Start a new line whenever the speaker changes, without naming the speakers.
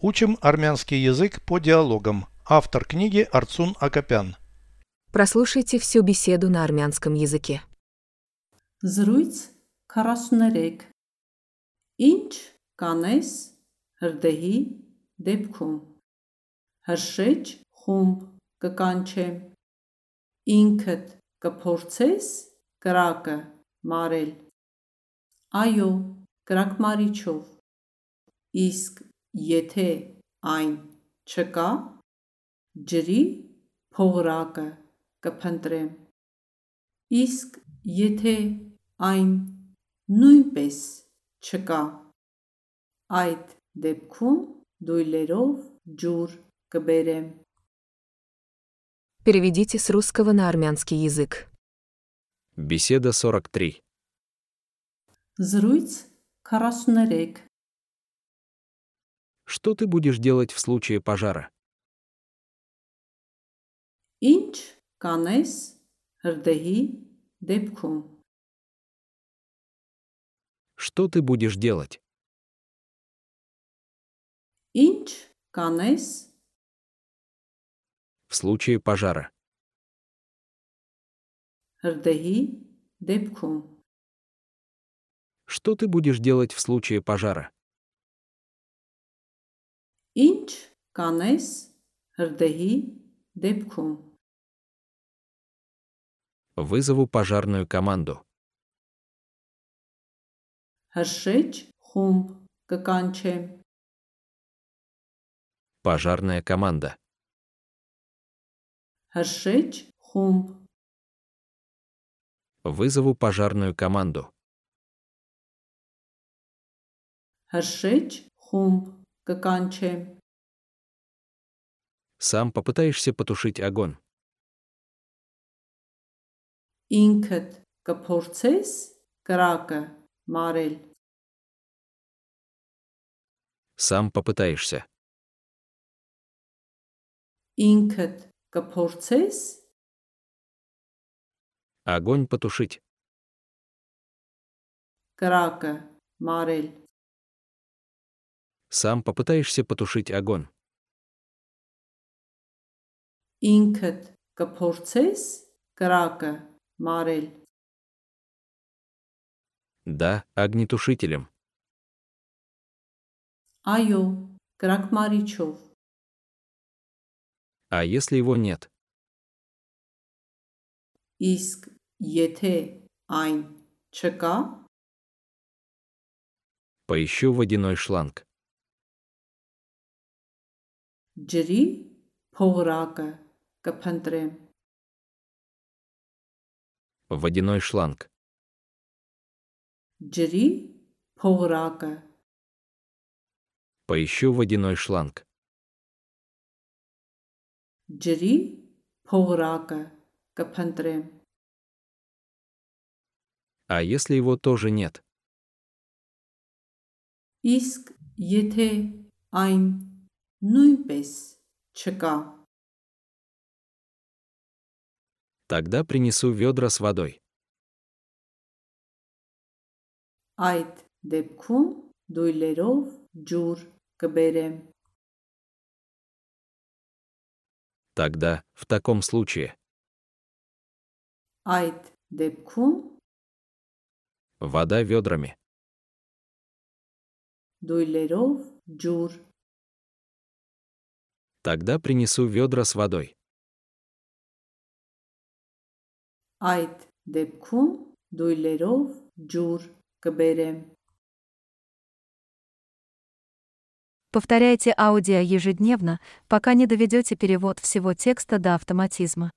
Учим армянский язык по диалогам. Автор книги Арцун Акопян.
Прослушайте всю беседу на армянском языке.
Զրույց 43 Ինչ կանես հրդեհի դեպքում Հրշեջ խումբ կկանչեմ Ինքդ կփորձես կրակը մարել Այո, կրակմարիչով Իսկ եթե այն չկա ջրի փողրակը կփնտրեմ Իսկ եթե այն նույնպես չկա, այդ դեպքում դույլերով ջուր կբերեմ։
Переведите с русского на армянский язык.
Беседа 43.
Զրույց 43։
Что ты будешь делать в случае пожара?
Ինչ կանես հրդեհի դեպքում։
Что ты будешь делать?
Ինչ կանես
В случае пожара.
հրդեհի դեպքում։
Что ты будешь делать в случае пожара?
Ինչ կանես հրդեհի դեպքում։
Вызову пожарную команду.
Հրշեջ խումբ կկանչեմ։
Пожарная команда.
Հրշեջ խումբ
Вызову пожарную команду.
Հրշեջ խումբ կկանչեմ։
Сам попытаешься потушить огонь.
Ինքդ կփորձես կրակը մարել։
Сам попытаешься.
Ինքդ կփորձես
Огонь потушить.
կրակը մարել։
Сам попытаешься потушить огонь.
Ինքդ կփորձես կրակը մարել։
Да, огнетушителем.
Այո, կրակմարիչով։
А если его нет?
Իսկ եթե այն չկա,
Поищу водяной шланг.
ջրի փողրակը կփնտրեմ։
Водяной шланг.
Ջրի փողրակը
Поищу водяной шланг.
ջրի փողրակը կփնտրեմ։
А если его тоже нет?
Իսկ եթե այն նույնպես չկա,
Тогда принесу ведра с водой.
այդ դեպքում դույլերով ջուր կբերեմ։
Тогда, в таком случае,
Այդ դեպքում
вода ведрами.
դույլերով ջուր,
Тогда принесу ведра с водой.
այդ դեպքում դույլերով ջուր կբերեմ։
Повторяйте аудио ежедневно, пока не доведете перевод всего текста до автоматизма.